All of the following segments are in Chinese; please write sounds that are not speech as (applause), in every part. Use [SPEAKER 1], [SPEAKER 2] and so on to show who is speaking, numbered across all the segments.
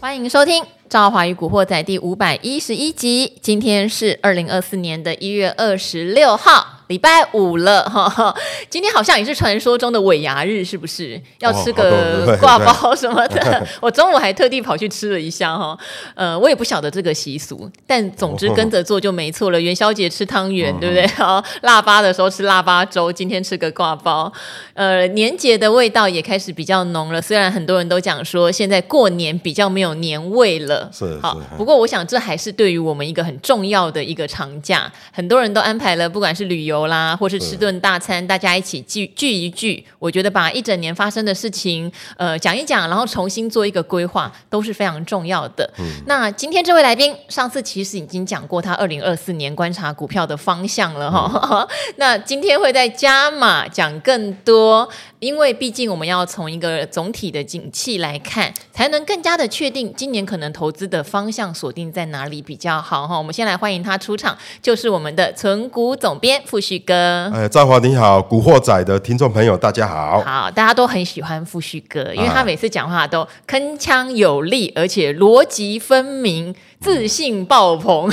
[SPEAKER 1] 欢迎收听《赵华与古惑仔》第五百一十一集。今天是二零二四年的一月二十六号，礼拜五了 (laughs) 哈哈。今天好像也是传说中的尾牙日，是不是？要吃
[SPEAKER 2] 哦好
[SPEAKER 1] 个
[SPEAKER 2] 多对
[SPEAKER 1] 挂包什么
[SPEAKER 2] (laughs)
[SPEAKER 1] 的。我中午还特地跑去吃了一下哈。呃，我也不晓得这个习俗，但总之跟着做就没错了。元宵节吃汤
[SPEAKER 2] 嗯
[SPEAKER 1] 圆，对不对？然后腊八的时候吃腊八粥，今天吃个挂包。呃，年节的味道也开始比较浓了。虽然很多人都讲说现在过年比较没有年味了，
[SPEAKER 2] 是
[SPEAKER 1] 好
[SPEAKER 2] 是。嗯
[SPEAKER 1] 不过我想这还是对于我们一个很重要的一个长假，很多人都安排了，不管是旅游啦，或是吃顿大餐，大家一起聚聚一聚。我觉得把一整年发生的事情，呃，讲一讲，然后重新做一个规划，都是非常重要的。那今天这位来宾，上次其实已经讲过他二零二四年观察股票的方向了哈。 (laughs) 那今天会再加码讲更多，因为毕竟我们要从一个总体的景气来看，才能更加的确定今年可能投资的方向锁定在哪里比较好哈。我们先来欢迎他出场，就是我们的存股总编富旭哥。
[SPEAKER 2] 哎，赵华你好，古惑仔的听众朋友大家好。，
[SPEAKER 1] 好，啊大家都很喜欢富旭哥，因为他每次讲话都铿锵有力，而且逻辑分明，自信爆棚。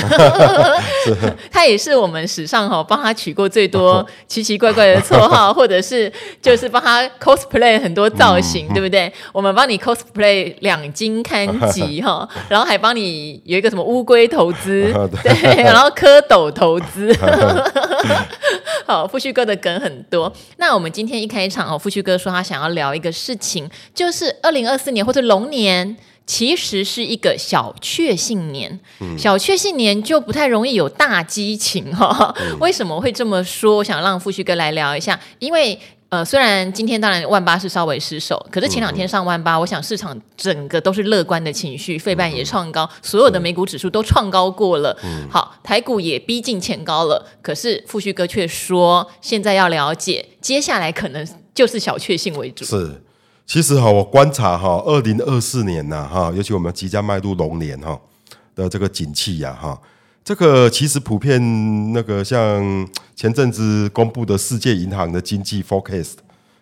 [SPEAKER 1] 他也 (laughs) 是我们史上哈、帮他取过最 (laughs) 多奇奇怪怪的绰号，或者是就是帮他 cosplay 很多造型，对不对？我们帮你 cosplay 两金刊集哈、 (laughs) 然后还帮你有一个什么乌龟投资 (laughs) 对，然后蝌蚪投 (laughs) 资。 (laughs) 好，富旭哥的梗很多。那我们今天一开场哦，富旭哥说他想要聊一个事情，就是二零二四年或者龙年。其实是一个小确幸年，小确幸年就不太容易有大激情哈、哦。为什么会这么说？我想让富旭哥来聊一下，因为呃，虽然今天当然万八是稍微失手，可是前两
[SPEAKER 2] 嗯
[SPEAKER 1] 天上万八，我想市场整个都是乐观的情绪，费
[SPEAKER 2] 嗯
[SPEAKER 1] 半也创高，所有的美股指数都创高过了。好，台股也逼近前高了，可是富旭哥却说，现在要了解接下来可能就是小确幸为主。
[SPEAKER 2] 是，其实哈、我观察哈、二零二四年呐、哈，尤其我们即将迈入龙年哈、的这个景气呀、哈，这个其实普遍那个像前阵子公布的世界银行的经济 forecast，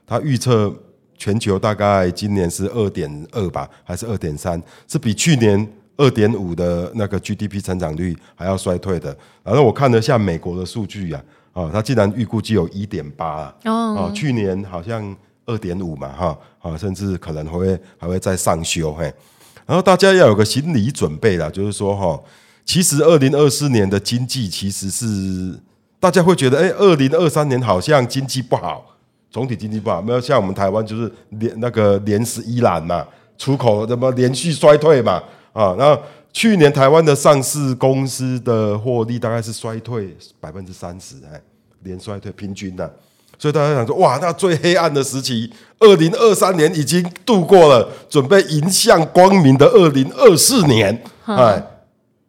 [SPEAKER 2] 它预测全球大概今年是二点二吧，还是二点三，是比去年。二点五的那个 GDP 成长率还要衰退的，然后我看了一下美国的数据呀、啊，它竟然预估只有一点八啊，哦，去年好像二点五嘛，哈，啊，甚至可能会还会再上修，嘿。然后大家要有个心理准备啦，就是说哈，其实二零二四年的经济其实是大家会觉得，哎，二零二三年好像经济不好，总体经济不好，没有像我们台湾就是连那个连十一揽嘛，出口那么连续衰退嘛，啊，那去年台湾的上市公司的获利大概是衰退百分之三十，哎，连衰退平均呐、啊所以大家想说，哇，那最黑暗的时期，二零二三年已经度过了，准备迎向光明的二零二四年，哎。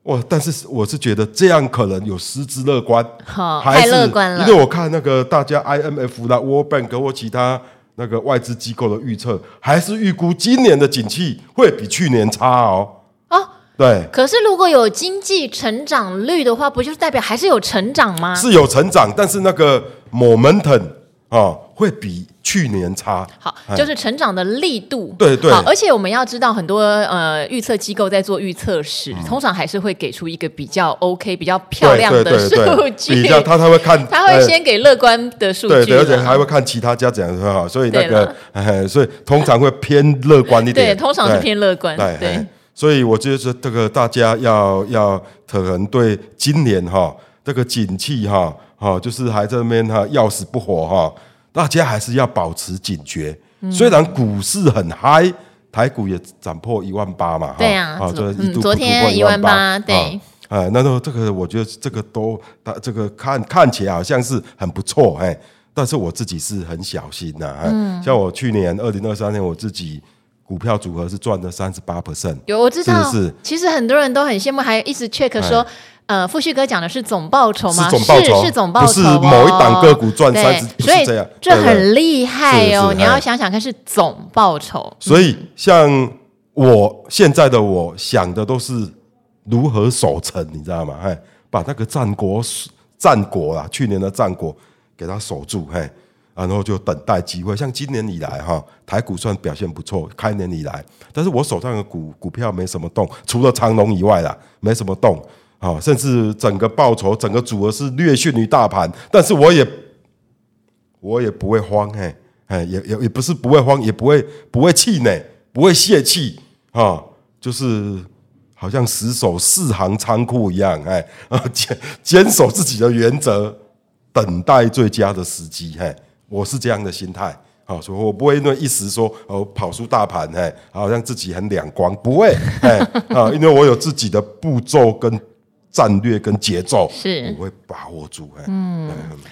[SPEAKER 2] 哇！但是我是觉得这样可能有失之乐观，
[SPEAKER 1] 好
[SPEAKER 2] 还是
[SPEAKER 1] 哦太乐观了
[SPEAKER 2] 因为我看那个大家 IMF 啦、World Bank 或其他那个外资机构的预测，还是预估今年的景气会比去年差哦。
[SPEAKER 1] 哦，
[SPEAKER 2] 对，
[SPEAKER 1] 可是如果有经济成长率的话，不就是代表还是有成长吗？
[SPEAKER 2] 是有成长，但是那个 momentum 哦，会比去年差。
[SPEAKER 1] 好，就是成长的力度。
[SPEAKER 2] 哎对对
[SPEAKER 1] 好，而且我们要知道，很多呃预测机构在做预测时，
[SPEAKER 2] 嗯
[SPEAKER 1] 通常还是会给出一个比较 OK、比较漂亮
[SPEAKER 2] 对
[SPEAKER 1] 的
[SPEAKER 2] 对
[SPEAKER 1] 数
[SPEAKER 2] 对对
[SPEAKER 1] 据。
[SPEAKER 2] 比较他他会看，
[SPEAKER 1] (laughs) 他会
[SPEAKER 2] 呃
[SPEAKER 1] 先给乐观的数
[SPEAKER 2] 对
[SPEAKER 1] 据
[SPEAKER 2] 对，
[SPEAKER 1] 啦，
[SPEAKER 2] 而且还会看其他家怎样说哈，所以
[SPEAKER 1] 对
[SPEAKER 2] 那
[SPEAKER 1] 啦
[SPEAKER 2] 个，哎，所以通常会偏乐观一点，
[SPEAKER 1] 对，通常是
[SPEAKER 2] 对
[SPEAKER 1] 偏乐观。
[SPEAKER 2] 对
[SPEAKER 1] 对
[SPEAKER 2] 哎，所以我觉得这个大家要要可能对今年哈这个景气哈哈就是还在那边哈要死不活哈，大家还是要保持警觉。
[SPEAKER 1] 嗯
[SPEAKER 2] 虽然股市很嗨，台股也涨破一万八嘛，哈
[SPEAKER 1] 对啊
[SPEAKER 2] 啊，
[SPEAKER 1] 昨
[SPEAKER 2] 就是一
[SPEAKER 1] 嗯
[SPEAKER 2] 度
[SPEAKER 1] 昨天
[SPEAKER 2] 突破18,000
[SPEAKER 1] 18,000对
[SPEAKER 2] 啊哎，那都这个，我觉得这个都，它这个看看起来好像是很不错，哎，但是我自己是很小心呐、哎，
[SPEAKER 1] 嗯
[SPEAKER 2] 像我去年二零二三年，我自己股票组合是赚了三十八 percent，
[SPEAKER 1] 有我知道，
[SPEAKER 2] 是是
[SPEAKER 1] 其实很多人都很羡慕，还一直 check 说。呃，富旭哥讲的是总报酬哦吗？
[SPEAKER 2] 是总报酬啊
[SPEAKER 1] 是是总报酬哦，
[SPEAKER 2] 不是某一档个股赚
[SPEAKER 1] 对
[SPEAKER 2] 30不是
[SPEAKER 1] 所以
[SPEAKER 2] 这样
[SPEAKER 1] 这
[SPEAKER 2] 对对
[SPEAKER 1] 很厉害
[SPEAKER 2] 是
[SPEAKER 1] 哦。
[SPEAKER 2] 是
[SPEAKER 1] 你要
[SPEAKER 2] 哎
[SPEAKER 1] 想想看，是总报酬，
[SPEAKER 2] 所以像我现在的我想的都是如何守城，你知道吗？哎，把那个战国战国啊，去年的战国给它守住，嘿。然后就等待机会。像今年以来哈，台股算表现不错，开年以来，但是我手上的股股票没什么动，除了长隆以外啦，没什么动。好，甚至整个报酬、整个组合是略逊于大盘，但是我也我也不会慌，嘿，哎，也也也不是不会慌，也不会不会气馁，不会泄气啊、哦，就是好像死守四行仓库一样，哎，啊， (laughs) 坚坚守自己的原则，等待最佳的时机，嘿，我是这样的心态。好，所以我不会因为一时说哦跑输大盘，哎，好像自己很两光，不会， (laughs) 哎啊，因为我有自己的步骤跟战略跟节奏，
[SPEAKER 1] 是
[SPEAKER 2] 我会把握住，哎，嗯，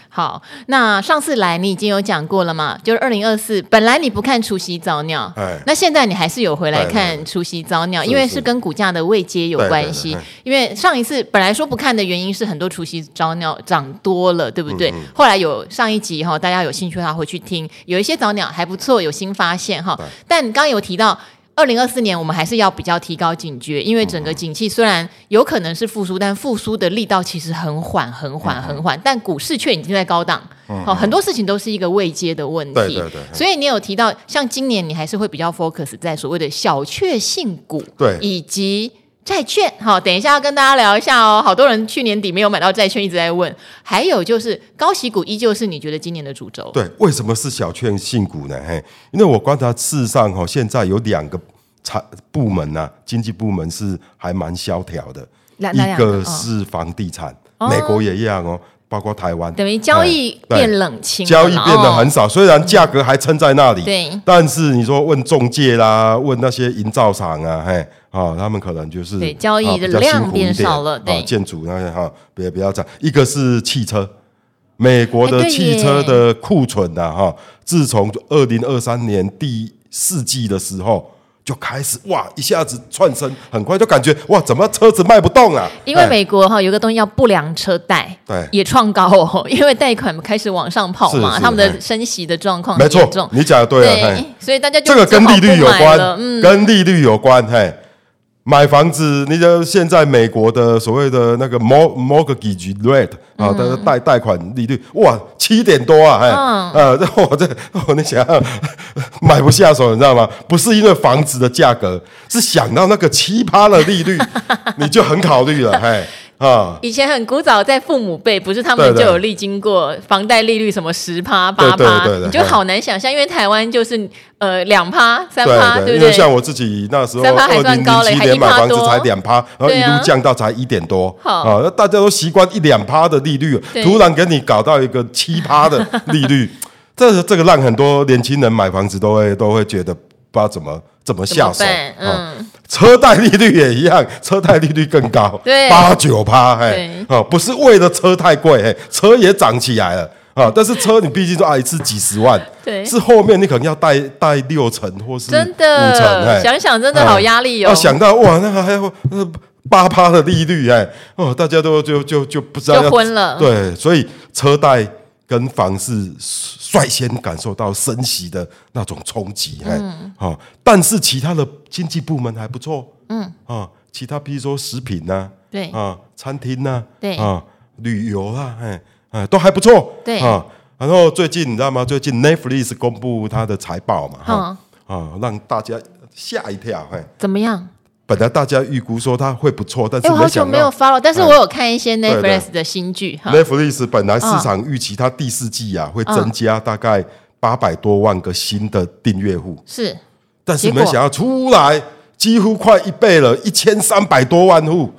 [SPEAKER 1] 好，那上次来你已经有讲过了嘛？就是二零二四，本来你不看除夕早鸟，
[SPEAKER 2] 哎
[SPEAKER 1] 那现在你还是有回来
[SPEAKER 2] 哎哎
[SPEAKER 1] 看除夕早鸟，
[SPEAKER 2] 是
[SPEAKER 1] 因为
[SPEAKER 2] 是
[SPEAKER 1] 是跟股价的位阶有
[SPEAKER 2] 对对
[SPEAKER 1] 关
[SPEAKER 2] 对
[SPEAKER 1] 系
[SPEAKER 2] 哎。
[SPEAKER 1] 因为上一次本来说不看的原因是很多除夕早鸟涨多了，对不对？
[SPEAKER 2] 嗯
[SPEAKER 1] 后来有上一集哈，大家有兴趣的话回去听，有一些早鸟还不错，有新发现哈。但你刚刚有提到。二零二四年，我们还是要比较提高警觉，因为整个景气虽然有可能是复苏，但复苏的力道其实很缓、很
[SPEAKER 2] 嗯
[SPEAKER 1] 缓、很缓。但股市却已经在高档，好、很多事情都是一个未接的问题。
[SPEAKER 2] 对对对
[SPEAKER 1] 所以你有提到，像今年你还是会比较 focus 在所谓的小确幸股，
[SPEAKER 2] 对
[SPEAKER 1] 以及债券。好，等一下要跟大家聊一下哦。好多人去年底没有买到债券，一直在问。还有就是高息股依旧是你觉得今年的主轴，
[SPEAKER 2] 对，为什么是小券信股呢？嘿，因为我观察事实上哈、哦，现在有两个产部门呐、经济部门是还蛮萧条的，
[SPEAKER 1] 哪哪
[SPEAKER 2] 一
[SPEAKER 1] 两个
[SPEAKER 2] 个是房地产，美国也一样哦，包括台湾，
[SPEAKER 1] 等于交易
[SPEAKER 2] 哎对
[SPEAKER 1] 变冷清了，
[SPEAKER 2] 交易变得
[SPEAKER 1] 哦
[SPEAKER 2] 很少，虽然价格还撑在那里，
[SPEAKER 1] 对
[SPEAKER 2] 但是你说问中介啦，问那些营造厂啊，嘿，啊、他们可能就是
[SPEAKER 1] 对交易
[SPEAKER 2] 啊
[SPEAKER 1] 的
[SPEAKER 2] 比较辛
[SPEAKER 1] 量
[SPEAKER 2] 苦
[SPEAKER 1] 变
[SPEAKER 2] 一点
[SPEAKER 1] 少了对
[SPEAKER 2] 啊建筑那些哈，别不要涨。一个是汽车，美国
[SPEAKER 1] 哎
[SPEAKER 2] 的
[SPEAKER 1] 对
[SPEAKER 2] 汽
[SPEAKER 1] 耶
[SPEAKER 2] 车的库存呐、哈、自从二零二三年第四季的时候。就开始哇，一下子窜升，很快就感觉哇，怎么车子卖不动啊？
[SPEAKER 1] 因为
[SPEAKER 2] 哎
[SPEAKER 1] 美国哈有一个东西叫不良车贷，
[SPEAKER 2] 对
[SPEAKER 1] 也创高哦，因为贷款开始往上跑嘛，
[SPEAKER 2] 是是
[SPEAKER 1] 他们
[SPEAKER 2] 哎
[SPEAKER 1] 的升息的状况
[SPEAKER 2] 没
[SPEAKER 1] 很
[SPEAKER 2] 错
[SPEAKER 1] 严重，，
[SPEAKER 2] 你讲的对了，啊嘿
[SPEAKER 1] 对，所以大家就
[SPEAKER 2] 这个跟利率
[SPEAKER 1] 只
[SPEAKER 2] 有
[SPEAKER 1] 好不买
[SPEAKER 2] 关
[SPEAKER 1] 了，嗯，，
[SPEAKER 2] 跟利率有关，嘿。买房子，你就现在美国的所谓的那个 mor- mortgage rate 啊，它
[SPEAKER 1] 嗯
[SPEAKER 2] 的贷贷款利率，哇，七点多啊，哎，
[SPEAKER 1] 嗯
[SPEAKER 2] 呃， (laughs) 这我这我那想要 (laughs) 买不下手，你知道吗？不是因为房子的价格，是想到那个奇葩的利
[SPEAKER 1] (laughs)
[SPEAKER 2] 率，你就很考虑了，嘿，啊，
[SPEAKER 1] 以前很古早，在父母辈不是他们
[SPEAKER 2] 对
[SPEAKER 1] 就
[SPEAKER 2] 对
[SPEAKER 1] 有历经过房贷利率什么十趴八
[SPEAKER 2] 对
[SPEAKER 1] 趴
[SPEAKER 2] 对对，对
[SPEAKER 1] 你就好难想象，因为台湾就是呃两趴三趴，
[SPEAKER 2] 对，
[SPEAKER 1] 不
[SPEAKER 2] 因为
[SPEAKER 1] 对？
[SPEAKER 2] 像我自己那时候
[SPEAKER 1] 三趴
[SPEAKER 2] 二
[SPEAKER 1] 还
[SPEAKER 2] 零
[SPEAKER 1] 算高
[SPEAKER 2] 零
[SPEAKER 1] 嘞
[SPEAKER 2] 七
[SPEAKER 1] 还
[SPEAKER 2] 年买
[SPEAKER 1] 1%
[SPEAKER 2] 房子
[SPEAKER 1] 多
[SPEAKER 2] 才两趴，然后
[SPEAKER 1] 对
[SPEAKER 2] 一
[SPEAKER 1] 啊
[SPEAKER 2] 路降到才一点多，
[SPEAKER 1] 好
[SPEAKER 2] 啊，那大家都习惯一两趴的利率
[SPEAKER 1] 对，
[SPEAKER 2] 突然给你搞到一个七趴的利率， (laughs) 这这个让很多年轻人买房子都会都会觉得不知道怎么怎么
[SPEAKER 1] 怎么
[SPEAKER 2] 下手，
[SPEAKER 1] 办？
[SPEAKER 2] 啊
[SPEAKER 1] 嗯，
[SPEAKER 2] 车贷利率也一样，车贷利率更高，
[SPEAKER 1] 对
[SPEAKER 2] 八九趴，哎
[SPEAKER 1] 对，
[SPEAKER 2] 哦，不是为了车太贵，哎，车也涨起来了。啊，但是车你毕竟说啊一次几十万，
[SPEAKER 1] 对
[SPEAKER 2] 是后面你可能要贷贷六成或是
[SPEAKER 1] 真
[SPEAKER 2] 五成，
[SPEAKER 1] 的
[SPEAKER 2] 嗯哎，
[SPEAKER 1] 想想真的好压力哦。
[SPEAKER 2] 啊，想到哇，那个还有八趴的利率，哎，哦，大家都就就就不知道要
[SPEAKER 1] 就昏了
[SPEAKER 2] 对，所以车贷跟房市率先感受到升息的那种冲击，哎，
[SPEAKER 1] 嗯
[SPEAKER 2] 好、但是其他的经济部门还不错，嗯，啊、其他比如说食品呐、
[SPEAKER 1] 对
[SPEAKER 2] 啊，餐厅呐、
[SPEAKER 1] 对
[SPEAKER 2] 啊，旅游啦、哎，哎，都还不错，
[SPEAKER 1] 对
[SPEAKER 2] 啊。然后最近你知道吗？最近 Netflix 公布它的财报嘛，哈、啊，让大家吓一跳，嘿，
[SPEAKER 1] 怎么样？
[SPEAKER 2] 本来大家预估说它会不错，但是
[SPEAKER 1] 哎，我好
[SPEAKER 2] 没
[SPEAKER 1] 久
[SPEAKER 2] 想
[SPEAKER 1] 没有啊
[SPEAKER 2] 到
[SPEAKER 1] follow，但是我有看一些
[SPEAKER 2] 对对
[SPEAKER 1] Netflix 的新剧哈。
[SPEAKER 2] Netflix 本来市
[SPEAKER 1] 嗯
[SPEAKER 2] 场预期它第四季啊会增加大概八百多万个新的订阅户，
[SPEAKER 1] 是
[SPEAKER 2] 但是
[SPEAKER 1] 结果
[SPEAKER 2] 没想到出来几乎快一倍了，一千三百多万户，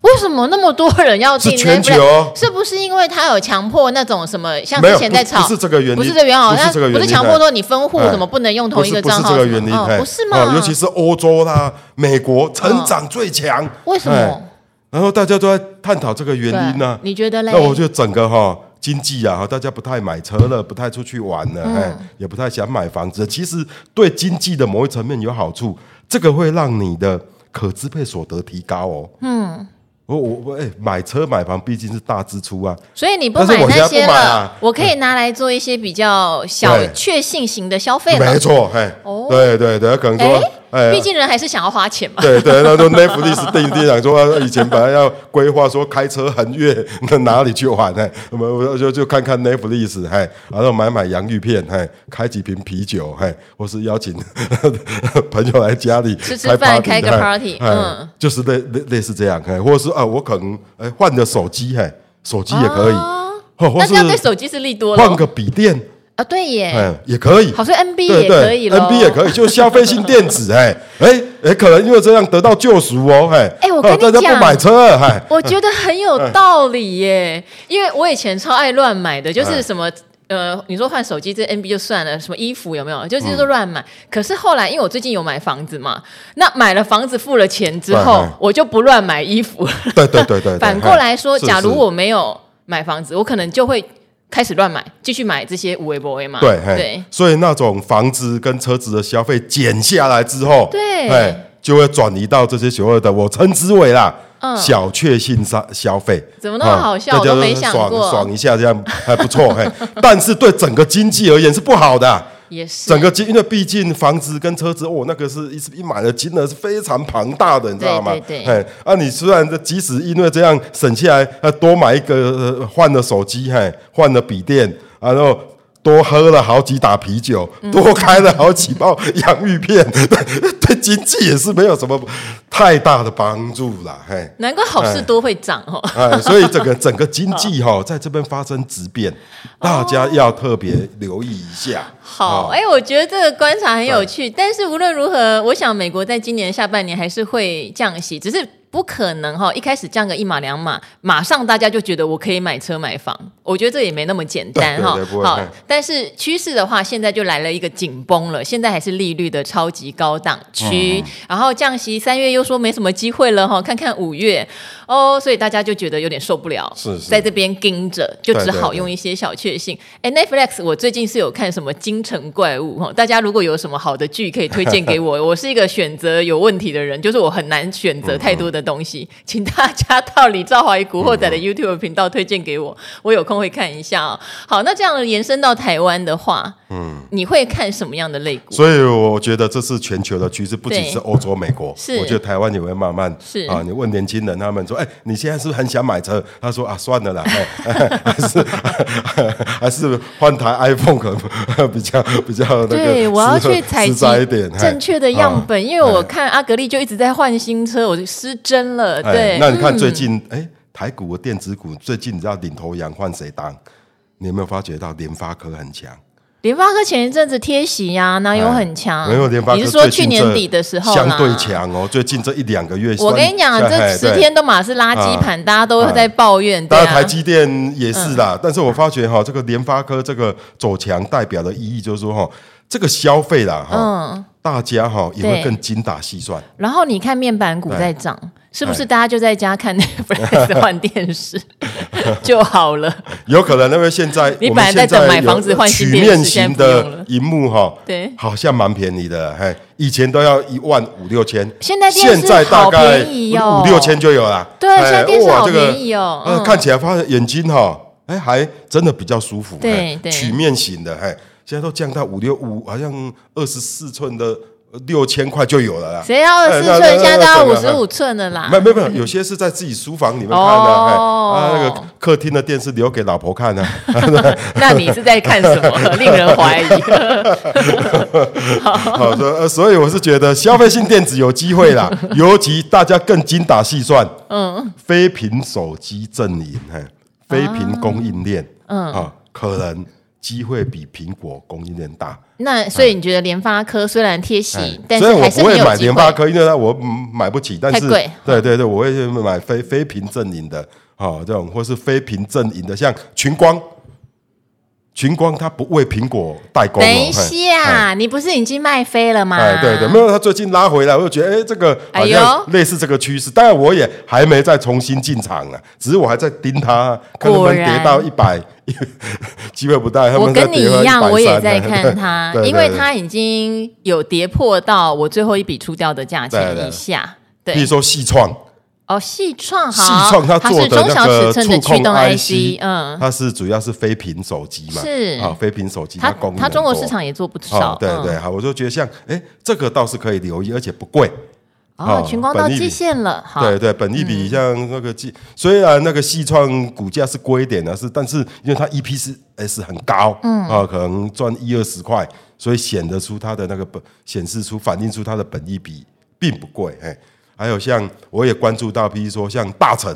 [SPEAKER 1] 为什么那么多人要订
[SPEAKER 2] 是全
[SPEAKER 1] Netflix？
[SPEAKER 2] 球哦
[SPEAKER 1] 是不是因为他有强迫那种什么？像
[SPEAKER 2] 没有
[SPEAKER 1] 之前在
[SPEAKER 2] 不
[SPEAKER 1] 吵，
[SPEAKER 2] 不是这个原因
[SPEAKER 1] 不是这个原因哦，
[SPEAKER 2] 不是
[SPEAKER 1] 那
[SPEAKER 2] 这个原
[SPEAKER 1] 不
[SPEAKER 2] 因
[SPEAKER 1] 是强迫说你分户
[SPEAKER 2] 哎
[SPEAKER 1] 怎么不能用
[SPEAKER 2] 不
[SPEAKER 1] 同一
[SPEAKER 2] 是
[SPEAKER 1] 个
[SPEAKER 2] 不是
[SPEAKER 1] 账号
[SPEAKER 2] 这
[SPEAKER 1] 什么？
[SPEAKER 2] 个原因，
[SPEAKER 1] 哦
[SPEAKER 2] 嘿
[SPEAKER 1] 不是吗？嗯
[SPEAKER 2] 哦尤其是欧洲啦、美国成长最强，
[SPEAKER 1] 为什
[SPEAKER 2] 哎
[SPEAKER 1] 么？
[SPEAKER 2] 然后大家都在探讨这个原因呢、
[SPEAKER 1] 对你觉得嘞？
[SPEAKER 2] 那我就整个哈、经济啊，哈大家不太买车了，不太出去玩了，
[SPEAKER 1] 嗯
[SPEAKER 2] 哎、也不太想买房子。其实对经济的某一层面有好处，这个会让你的可支配所得提高哦。嗯，我我我哎、买车买房毕竟是大支出啊，
[SPEAKER 1] 所以你不
[SPEAKER 2] 但是
[SPEAKER 1] 买
[SPEAKER 2] 我现
[SPEAKER 1] 那
[SPEAKER 2] 在不
[SPEAKER 1] 些
[SPEAKER 2] 买
[SPEAKER 1] 了
[SPEAKER 2] 啊，
[SPEAKER 1] 我可以拿来做一些比较小
[SPEAKER 2] 对
[SPEAKER 1] 确幸型的消费了
[SPEAKER 2] 没。错，哎、
[SPEAKER 1] 哦
[SPEAKER 2] 对对对，可能说
[SPEAKER 1] 哎，
[SPEAKER 2] 哎、哎
[SPEAKER 1] 毕竟人还是想要花钱嘛。
[SPEAKER 2] (laughs) 对对，那就 Netflix 定定讲说，啊以前本来要规划说开车横越 (laughs) 那哪里去玩，哎，我们我就就看看 Netflix，哎，然后买买洋芋片，哎，开几瓶啤酒，哎，或是邀请 (laughs) 朋友来家里
[SPEAKER 1] 吃吃
[SPEAKER 2] 开
[SPEAKER 1] 饭
[SPEAKER 2] party，
[SPEAKER 1] 开个
[SPEAKER 2] 哎
[SPEAKER 1] party，
[SPEAKER 2] 哎
[SPEAKER 1] 嗯，
[SPEAKER 2] 就是类类类似这样，哎，或者是啊，我可能哎换个手机，哎，手机也可以，
[SPEAKER 1] 哦
[SPEAKER 2] 或或
[SPEAKER 1] 那
[SPEAKER 2] 是
[SPEAKER 1] 这样对手机是利多了
[SPEAKER 2] 换
[SPEAKER 1] 哦
[SPEAKER 2] 个笔电，
[SPEAKER 1] 啊，对耶，
[SPEAKER 2] 哎，也可以，
[SPEAKER 1] 好，所以 NB
[SPEAKER 2] 对
[SPEAKER 1] 也
[SPEAKER 2] 对
[SPEAKER 1] 可以了
[SPEAKER 2] NB 也可以，就消费性
[SPEAKER 1] (laughs)
[SPEAKER 2] 电子，哎哎哎，可能因为这样得到救赎哦，哎
[SPEAKER 1] 哎我跟你
[SPEAKER 2] 啊大家
[SPEAKER 1] 讲
[SPEAKER 2] 不买车了，哎
[SPEAKER 1] 我觉得很有道理耶，因为我以前超爱乱买的，
[SPEAKER 2] 哎
[SPEAKER 1] 就是什么。呃，你说换手机这 NB 就算了，什么衣服有没有？就是
[SPEAKER 2] 嗯
[SPEAKER 1] 都乱买。可是后来，因为我最近有买房子嘛，那买了房子付了钱之后，
[SPEAKER 2] 对对
[SPEAKER 1] 我就不乱买衣服了。
[SPEAKER 2] 对对对对
[SPEAKER 1] (laughs)
[SPEAKER 2] 对，
[SPEAKER 1] 反过来说，
[SPEAKER 2] 是
[SPEAKER 1] 假如
[SPEAKER 2] 是
[SPEAKER 1] 我没有买房子，我可能就会开始乱买，继续买这些无为不为嘛。
[SPEAKER 2] 对
[SPEAKER 1] 对
[SPEAKER 2] 嘿，，所以那种房子跟车子的消费减下来之后，
[SPEAKER 1] 对
[SPEAKER 2] 嘿就会转移到这些所谓的我称之为啦。
[SPEAKER 1] 嗯
[SPEAKER 2] 小确幸消消费
[SPEAKER 1] 怎么那么好笑
[SPEAKER 2] 啊
[SPEAKER 1] 我都
[SPEAKER 2] 大家
[SPEAKER 1] 没想
[SPEAKER 2] 爽
[SPEAKER 1] 过
[SPEAKER 2] 爽一下这样还不错，嘿，但是对整个经济而言是不好的啊、
[SPEAKER 1] 也是
[SPEAKER 2] 整个金，因为毕竟房子跟车子，哦，那个是一一买的金额是非常庞大的，你知道吗？
[SPEAKER 1] 对对对
[SPEAKER 2] 哎，啊，你虽然即使因为这样省下来，呃，多买一个、呃换了手机，嘿，换了笔电，啊然后。多喝了好几打啤酒，多开了好几包洋芋片， (laughs) 对对经济也是没有什么太大的帮助啦，嘿，
[SPEAKER 1] 难怪好事多会涨哦。
[SPEAKER 2] 哎，所以整 (laughs) 个整个经济哈、在这边发生质变，大家要特别留意一下。
[SPEAKER 1] 好，
[SPEAKER 2] 哦
[SPEAKER 1] 哎、我觉得这个观察很有趣。但是无论如何，我想美国在今年下半年还是会降息，只是不可能哈、一开始降个一码两码，马上大家就觉得我可以买车买房。我觉得这也没那么简单
[SPEAKER 2] 对
[SPEAKER 1] 哈、
[SPEAKER 2] 对对不会
[SPEAKER 1] 好
[SPEAKER 2] 哎，
[SPEAKER 1] 但是趋势的话，现在就来了一个紧绷了，现在还是利率的超级高档区，
[SPEAKER 2] 嗯
[SPEAKER 1] 然后降息三月又说没什么机会了哈、看看五月哦，所以大家就觉得有点受不了，
[SPEAKER 2] 是是
[SPEAKER 1] 在这边盯着，就只
[SPEAKER 2] 对对
[SPEAKER 1] 好
[SPEAKER 2] 对
[SPEAKER 1] 用一些小确幸。哎，Netflix，我最近是有看什么《京城怪物》哈，大家如果有什么好的剧可以推荐给我，
[SPEAKER 2] (laughs)
[SPEAKER 1] 我是一个选择有问题的人，就是我很难选择太多的东西，请大家到李兆华与古惑仔
[SPEAKER 2] 嗯
[SPEAKER 1] 的 YouTube 频道推荐给我，我有空会看一下哦。好，那这样延伸到台湾的话，嗯，你会看什么样的类股？
[SPEAKER 2] 所以我觉得这是全球的趋势，不仅
[SPEAKER 1] 对
[SPEAKER 2] 是欧洲、美
[SPEAKER 1] (laughs)
[SPEAKER 2] 国，
[SPEAKER 1] 是
[SPEAKER 2] 我觉得台湾也会慢慢
[SPEAKER 1] 是
[SPEAKER 2] 啊。你问年轻人，他们说：“哎，你现在是不是很想买车？”他说：“啊，算了啦，哎 (laughs) 还是还是换台 iPhone 可能 (laughs) 比较比较那个
[SPEAKER 1] 对，我要去采
[SPEAKER 2] 实
[SPEAKER 1] 集
[SPEAKER 2] 在一点，哎
[SPEAKER 1] 正确的样
[SPEAKER 2] 啊
[SPEAKER 1] 本，因为我看阿格力就一直在换新车，我就失真了。
[SPEAKER 2] 哎
[SPEAKER 1] 对，嗯
[SPEAKER 2] 那你看最近哎，台股的电子股最近你知道领头羊换谁当？你有没有发觉到联发科很强？
[SPEAKER 1] 联发科前一阵子贴息啊呀、哪有很强？
[SPEAKER 2] 没有哎联发科
[SPEAKER 1] 你是说
[SPEAKER 2] 最近
[SPEAKER 1] 去年
[SPEAKER 2] 这
[SPEAKER 1] 底的时候啦
[SPEAKER 2] 相对？强哦，最近这一两个月算，
[SPEAKER 1] 我跟你讲，
[SPEAKER 2] 算
[SPEAKER 1] 这
[SPEAKER 2] 哎
[SPEAKER 1] 十
[SPEAKER 2] 对啊
[SPEAKER 1] 天都马是垃圾盘，大家都在抱怨。对
[SPEAKER 2] 当然，
[SPEAKER 1] 啊嗯
[SPEAKER 2] 台，积电也是啦，但是我发觉哈，这个联发科这个走强代表的意义就是说哈，这个消费啦哈，
[SPEAKER 1] 嗯，
[SPEAKER 2] 大家哈也
[SPEAKER 1] 对
[SPEAKER 2] 会更精打细算。
[SPEAKER 1] 然后你看面板股在
[SPEAKER 2] 哎
[SPEAKER 1] 涨，是不是大家就在家看 Netflix 换电
[SPEAKER 2] (laughs)
[SPEAKER 1] 视就好了？
[SPEAKER 2] 有可能因为现在
[SPEAKER 1] (laughs) 你
[SPEAKER 2] 我
[SPEAKER 1] 本
[SPEAKER 2] 们
[SPEAKER 1] 来在
[SPEAKER 2] 现
[SPEAKER 1] 等
[SPEAKER 2] 在
[SPEAKER 1] 买
[SPEAKER 2] 有
[SPEAKER 1] 房子换新
[SPEAKER 2] 曲
[SPEAKER 1] 电视
[SPEAKER 2] 面型
[SPEAKER 1] 现在不用了
[SPEAKER 2] 的荧幕哈，
[SPEAKER 1] 对
[SPEAKER 2] 好像蛮便宜的，嘿，以前都要一万五
[SPEAKER 1] (laughs)
[SPEAKER 2] 六千，
[SPEAKER 1] 现在电视
[SPEAKER 2] 现在大概
[SPEAKER 1] 好便宜哦
[SPEAKER 2] 五六千就有了。
[SPEAKER 1] 对
[SPEAKER 2] 嘿
[SPEAKER 1] 现在电视
[SPEAKER 2] 哇
[SPEAKER 1] 好
[SPEAKER 2] 这个
[SPEAKER 1] 便宜哦
[SPEAKER 2] 呃
[SPEAKER 1] 嗯
[SPEAKER 2] 看起来发现眼睛哈，哎，还真的比较舒服，
[SPEAKER 1] 对
[SPEAKER 2] 嘿
[SPEAKER 1] 对
[SPEAKER 2] 曲面型的，嘿，现在都降到五六五，好像二十四寸的呃六千块就有了啦。
[SPEAKER 1] 谁要四寸，
[SPEAKER 2] 哎那
[SPEAKER 1] 现在都要
[SPEAKER 2] 那
[SPEAKER 1] 五
[SPEAKER 2] 那
[SPEAKER 1] 十五寸的啦
[SPEAKER 2] 没。有没有没有，有些是在自己书房里面看的，哎
[SPEAKER 1] 哦
[SPEAKER 2] 啊那个客厅的电视留给老婆看呢。
[SPEAKER 1] 那你是在看什
[SPEAKER 2] (laughs)
[SPEAKER 1] 么？令人怀疑。
[SPEAKER 2] (laughs) 好的，呃，所以我是觉得消费性电子有机
[SPEAKER 1] (laughs)
[SPEAKER 2] 会啦，尤其大家更精打细算。嗯，非屏手机阵营，嘿，非屏供应链，嗯啊，可能机会比苹果供应链大。
[SPEAKER 1] 那所以你觉得联发科虽然贴息，但是
[SPEAKER 2] 虽然哎我
[SPEAKER 1] 还是
[SPEAKER 2] 不
[SPEAKER 1] 很
[SPEAKER 2] 会买
[SPEAKER 1] 有机
[SPEAKER 2] 联发
[SPEAKER 1] 会。
[SPEAKER 2] 科，因为我嗯买不起，但
[SPEAKER 1] 太
[SPEAKER 2] 是
[SPEAKER 1] 贵
[SPEAKER 2] 对对对，我会买非非屏阵营的，好、这种或是非屏阵营的，像群光。群光它不为苹果代工、哦，
[SPEAKER 1] 等一
[SPEAKER 2] 嘿嘿
[SPEAKER 1] 下，你不是已经卖飞了吗？
[SPEAKER 2] 哎，对对，没有，他最近拉回来，我就觉得，哎，这个好
[SPEAKER 1] 啊哎
[SPEAKER 2] 像
[SPEAKER 1] 呦
[SPEAKER 2] 类似这个趋势。当然，我也还没再重新进场呢，只是我还在盯它，看能不
[SPEAKER 1] 果
[SPEAKER 2] 能
[SPEAKER 1] 然
[SPEAKER 2] 跌到一 (laughs) 百，机会不大。他
[SPEAKER 1] 我
[SPEAKER 2] 们再
[SPEAKER 1] 跟你
[SPEAKER 2] 跌到
[SPEAKER 1] 一样，
[SPEAKER 2] 130
[SPEAKER 1] 我也
[SPEAKER 2] (laughs)
[SPEAKER 1] 在看它
[SPEAKER 2] 啊对，对
[SPEAKER 1] 因为
[SPEAKER 2] 对
[SPEAKER 1] 它已经有跌破到我最后一笔出掉的价钱以下。
[SPEAKER 2] 比如
[SPEAKER 1] 对，
[SPEAKER 2] 说细创，
[SPEAKER 1] 哦，细创
[SPEAKER 2] 细
[SPEAKER 1] 好，
[SPEAKER 2] 创它做
[SPEAKER 1] 是
[SPEAKER 2] 的
[SPEAKER 1] 中
[SPEAKER 2] 那
[SPEAKER 1] 小尺
[SPEAKER 2] 个
[SPEAKER 1] 寸
[SPEAKER 2] 触
[SPEAKER 1] 的
[SPEAKER 2] 控
[SPEAKER 1] 驱动
[SPEAKER 2] IC，
[SPEAKER 1] 嗯，
[SPEAKER 2] 它是主要是非屏手机嘛，
[SPEAKER 1] 是
[SPEAKER 2] 啊，非屏手机
[SPEAKER 1] 它
[SPEAKER 2] 功能
[SPEAKER 1] 它中国
[SPEAKER 2] 多
[SPEAKER 1] 市场也做不少
[SPEAKER 2] 哦，，对对，
[SPEAKER 1] 嗯，
[SPEAKER 2] 好，我就觉得像，哎，这个倒是可以留意，而且不贵。
[SPEAKER 1] 哦，
[SPEAKER 2] 哦
[SPEAKER 1] 群光到
[SPEAKER 2] 本益比
[SPEAKER 1] 极限了，好，
[SPEAKER 2] 对对，本益
[SPEAKER 1] 嗯
[SPEAKER 2] 比像那个技，虽然那个细创股价是贵一点啊的，是，但是因为它 EPS 很高，嗯啊，可能赚一二十块，所以显得出它的那个本，显示出反映出它的本益比并不贵，哎，还有像我也关注到，比如说像大成，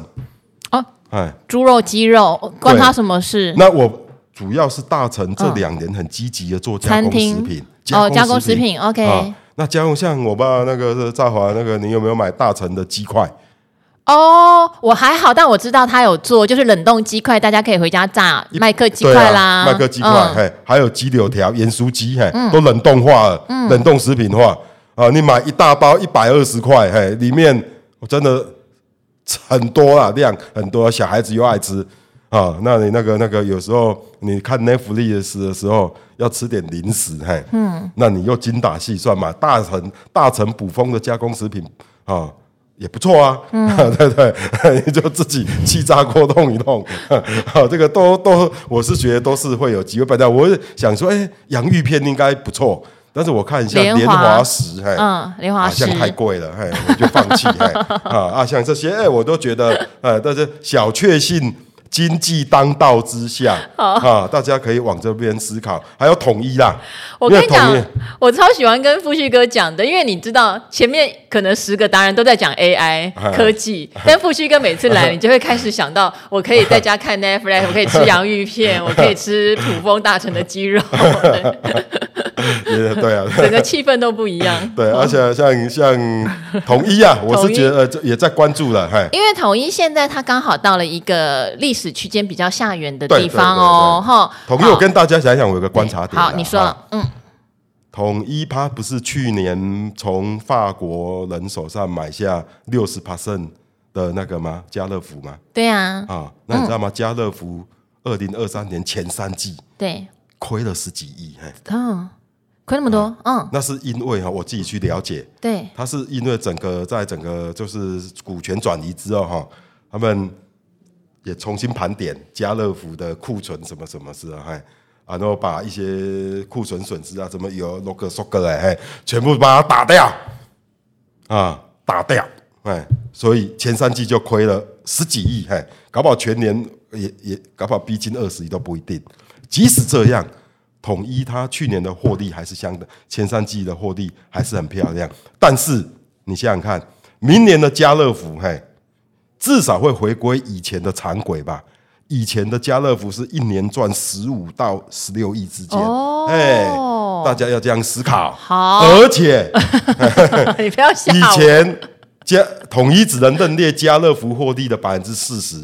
[SPEAKER 1] 哦，嗯
[SPEAKER 2] 哎，
[SPEAKER 1] 猪肉、鸡肉，关
[SPEAKER 2] 对
[SPEAKER 1] 它什么事？
[SPEAKER 2] 那我主要是大成这两年很积极的做加
[SPEAKER 1] 嗯餐
[SPEAKER 2] 工
[SPEAKER 1] 厅
[SPEAKER 2] 食品，
[SPEAKER 1] 哦，加工食品，OK，、
[SPEAKER 2] 啊，那加工像我爸那个是赵华那个，你有没有买大成的鸡块？
[SPEAKER 1] 哦，我还好，但我知道他有做，就是冷冻鸡块，大家可以回家炸麦克鸡
[SPEAKER 2] 对
[SPEAKER 1] 块
[SPEAKER 2] 啊
[SPEAKER 1] 啦，
[SPEAKER 2] 麦克鸡块，
[SPEAKER 1] 嗯
[SPEAKER 2] 嘿，还有鸡柳条、盐酥鸡，嘿，都冷冻化了，
[SPEAKER 1] 嗯
[SPEAKER 2] 冷冻食品化啊。你买一大包一百二十块，嘿，里面我真的很多啦，量很多，小孩子又爱吃啊。那你那个那个，有时候你看 Netflix 的时候要吃点零食，嘿，嗯，那你又精打细算嘛，大成大成补风的加工食品啊。也不错啊，
[SPEAKER 1] 嗯
[SPEAKER 2] (laughs) 对对，你就自己气炸锅弄一弄， (laughs) 好，这个都都，我是觉得都是会有机会办到。我是想说，哎，洋芋片应该不错，但是我看一下
[SPEAKER 1] 莲
[SPEAKER 2] 莲
[SPEAKER 1] 花
[SPEAKER 2] 花石，嘿，
[SPEAKER 1] 嗯，莲花
[SPEAKER 2] 好
[SPEAKER 1] 石
[SPEAKER 2] 像，太贵了，哎， (laughs) 我就放弃，
[SPEAKER 1] (laughs)
[SPEAKER 2] 哎，啊啊，像这些，哎，我都觉得，呃，但是小确幸。经济当道之下，啊，大家可以往这边思考，还有统一
[SPEAKER 1] (laughs)
[SPEAKER 2] 啦。
[SPEAKER 1] 我跟你
[SPEAKER 2] 因为统一
[SPEAKER 1] 讲，我超喜欢跟富旭哥讲的，因为你知道前面可能十个达人都在讲 AI
[SPEAKER 2] 哎
[SPEAKER 1] 科技，但富旭哥每次来，你就会开始想到，我可以在家看 Netflix，我可以吃洋芋
[SPEAKER 2] (laughs)
[SPEAKER 1] 片，我可以吃普丰大成的鸡肉，
[SPEAKER 2] 也对啊， (laughs)
[SPEAKER 1] 整个气氛都不一样。
[SPEAKER 2] 对，而且像像统一啊，我
[SPEAKER 1] 统
[SPEAKER 2] 是
[SPEAKER 1] 一
[SPEAKER 2] 觉得呃这也在关注了，嘿，
[SPEAKER 1] 因为统一现在它刚好到了一个历史区间比较下缘的
[SPEAKER 2] 对
[SPEAKER 1] 地方哦，哈。
[SPEAKER 2] 统一，我跟大家讲一讲，我有个观察点啦。
[SPEAKER 1] 好，你说
[SPEAKER 2] 啊，
[SPEAKER 1] 嗯，
[SPEAKER 2] 统一它不是去年从法国人手上买下六十 percent 的那个吗？家乐福吗？
[SPEAKER 1] 对啊，
[SPEAKER 2] 啊，那你知道吗？家乐福二零二三年前三季
[SPEAKER 1] 对，
[SPEAKER 2] 亏了十几亿，嘿，
[SPEAKER 1] 嗯，亏那么多，嗯，
[SPEAKER 2] 那是因为哈，我自己去了解，
[SPEAKER 1] 对，
[SPEAKER 2] 它是因为整个在整个就是股权转移之后哈，他们也重新盘点家乐福的库存什么什么事啊，嘿，啊然后把一些库存损失啊，什么有 log s o g 哎，嘿，全部把它打掉啊，打掉，哎，所以前三季就亏了十几亿，嘿，搞不好全年也也搞不好逼近二十亿都不一定。即使这样，统一它去年的获利还是相等，前三季的获利还是很漂亮。但是你想想看，明年的家乐福，嘿，至少会回归以前的常轨吧。以前的家乐福是一年赚十五到十六亿之间，
[SPEAKER 1] 哦
[SPEAKER 2] 哎，大家要这样思考。
[SPEAKER 1] 好
[SPEAKER 2] 而且
[SPEAKER 1] (laughs) 你不要吓
[SPEAKER 2] 以
[SPEAKER 1] 我，
[SPEAKER 2] 前家统一只能认列家乐福获利的百分之四十，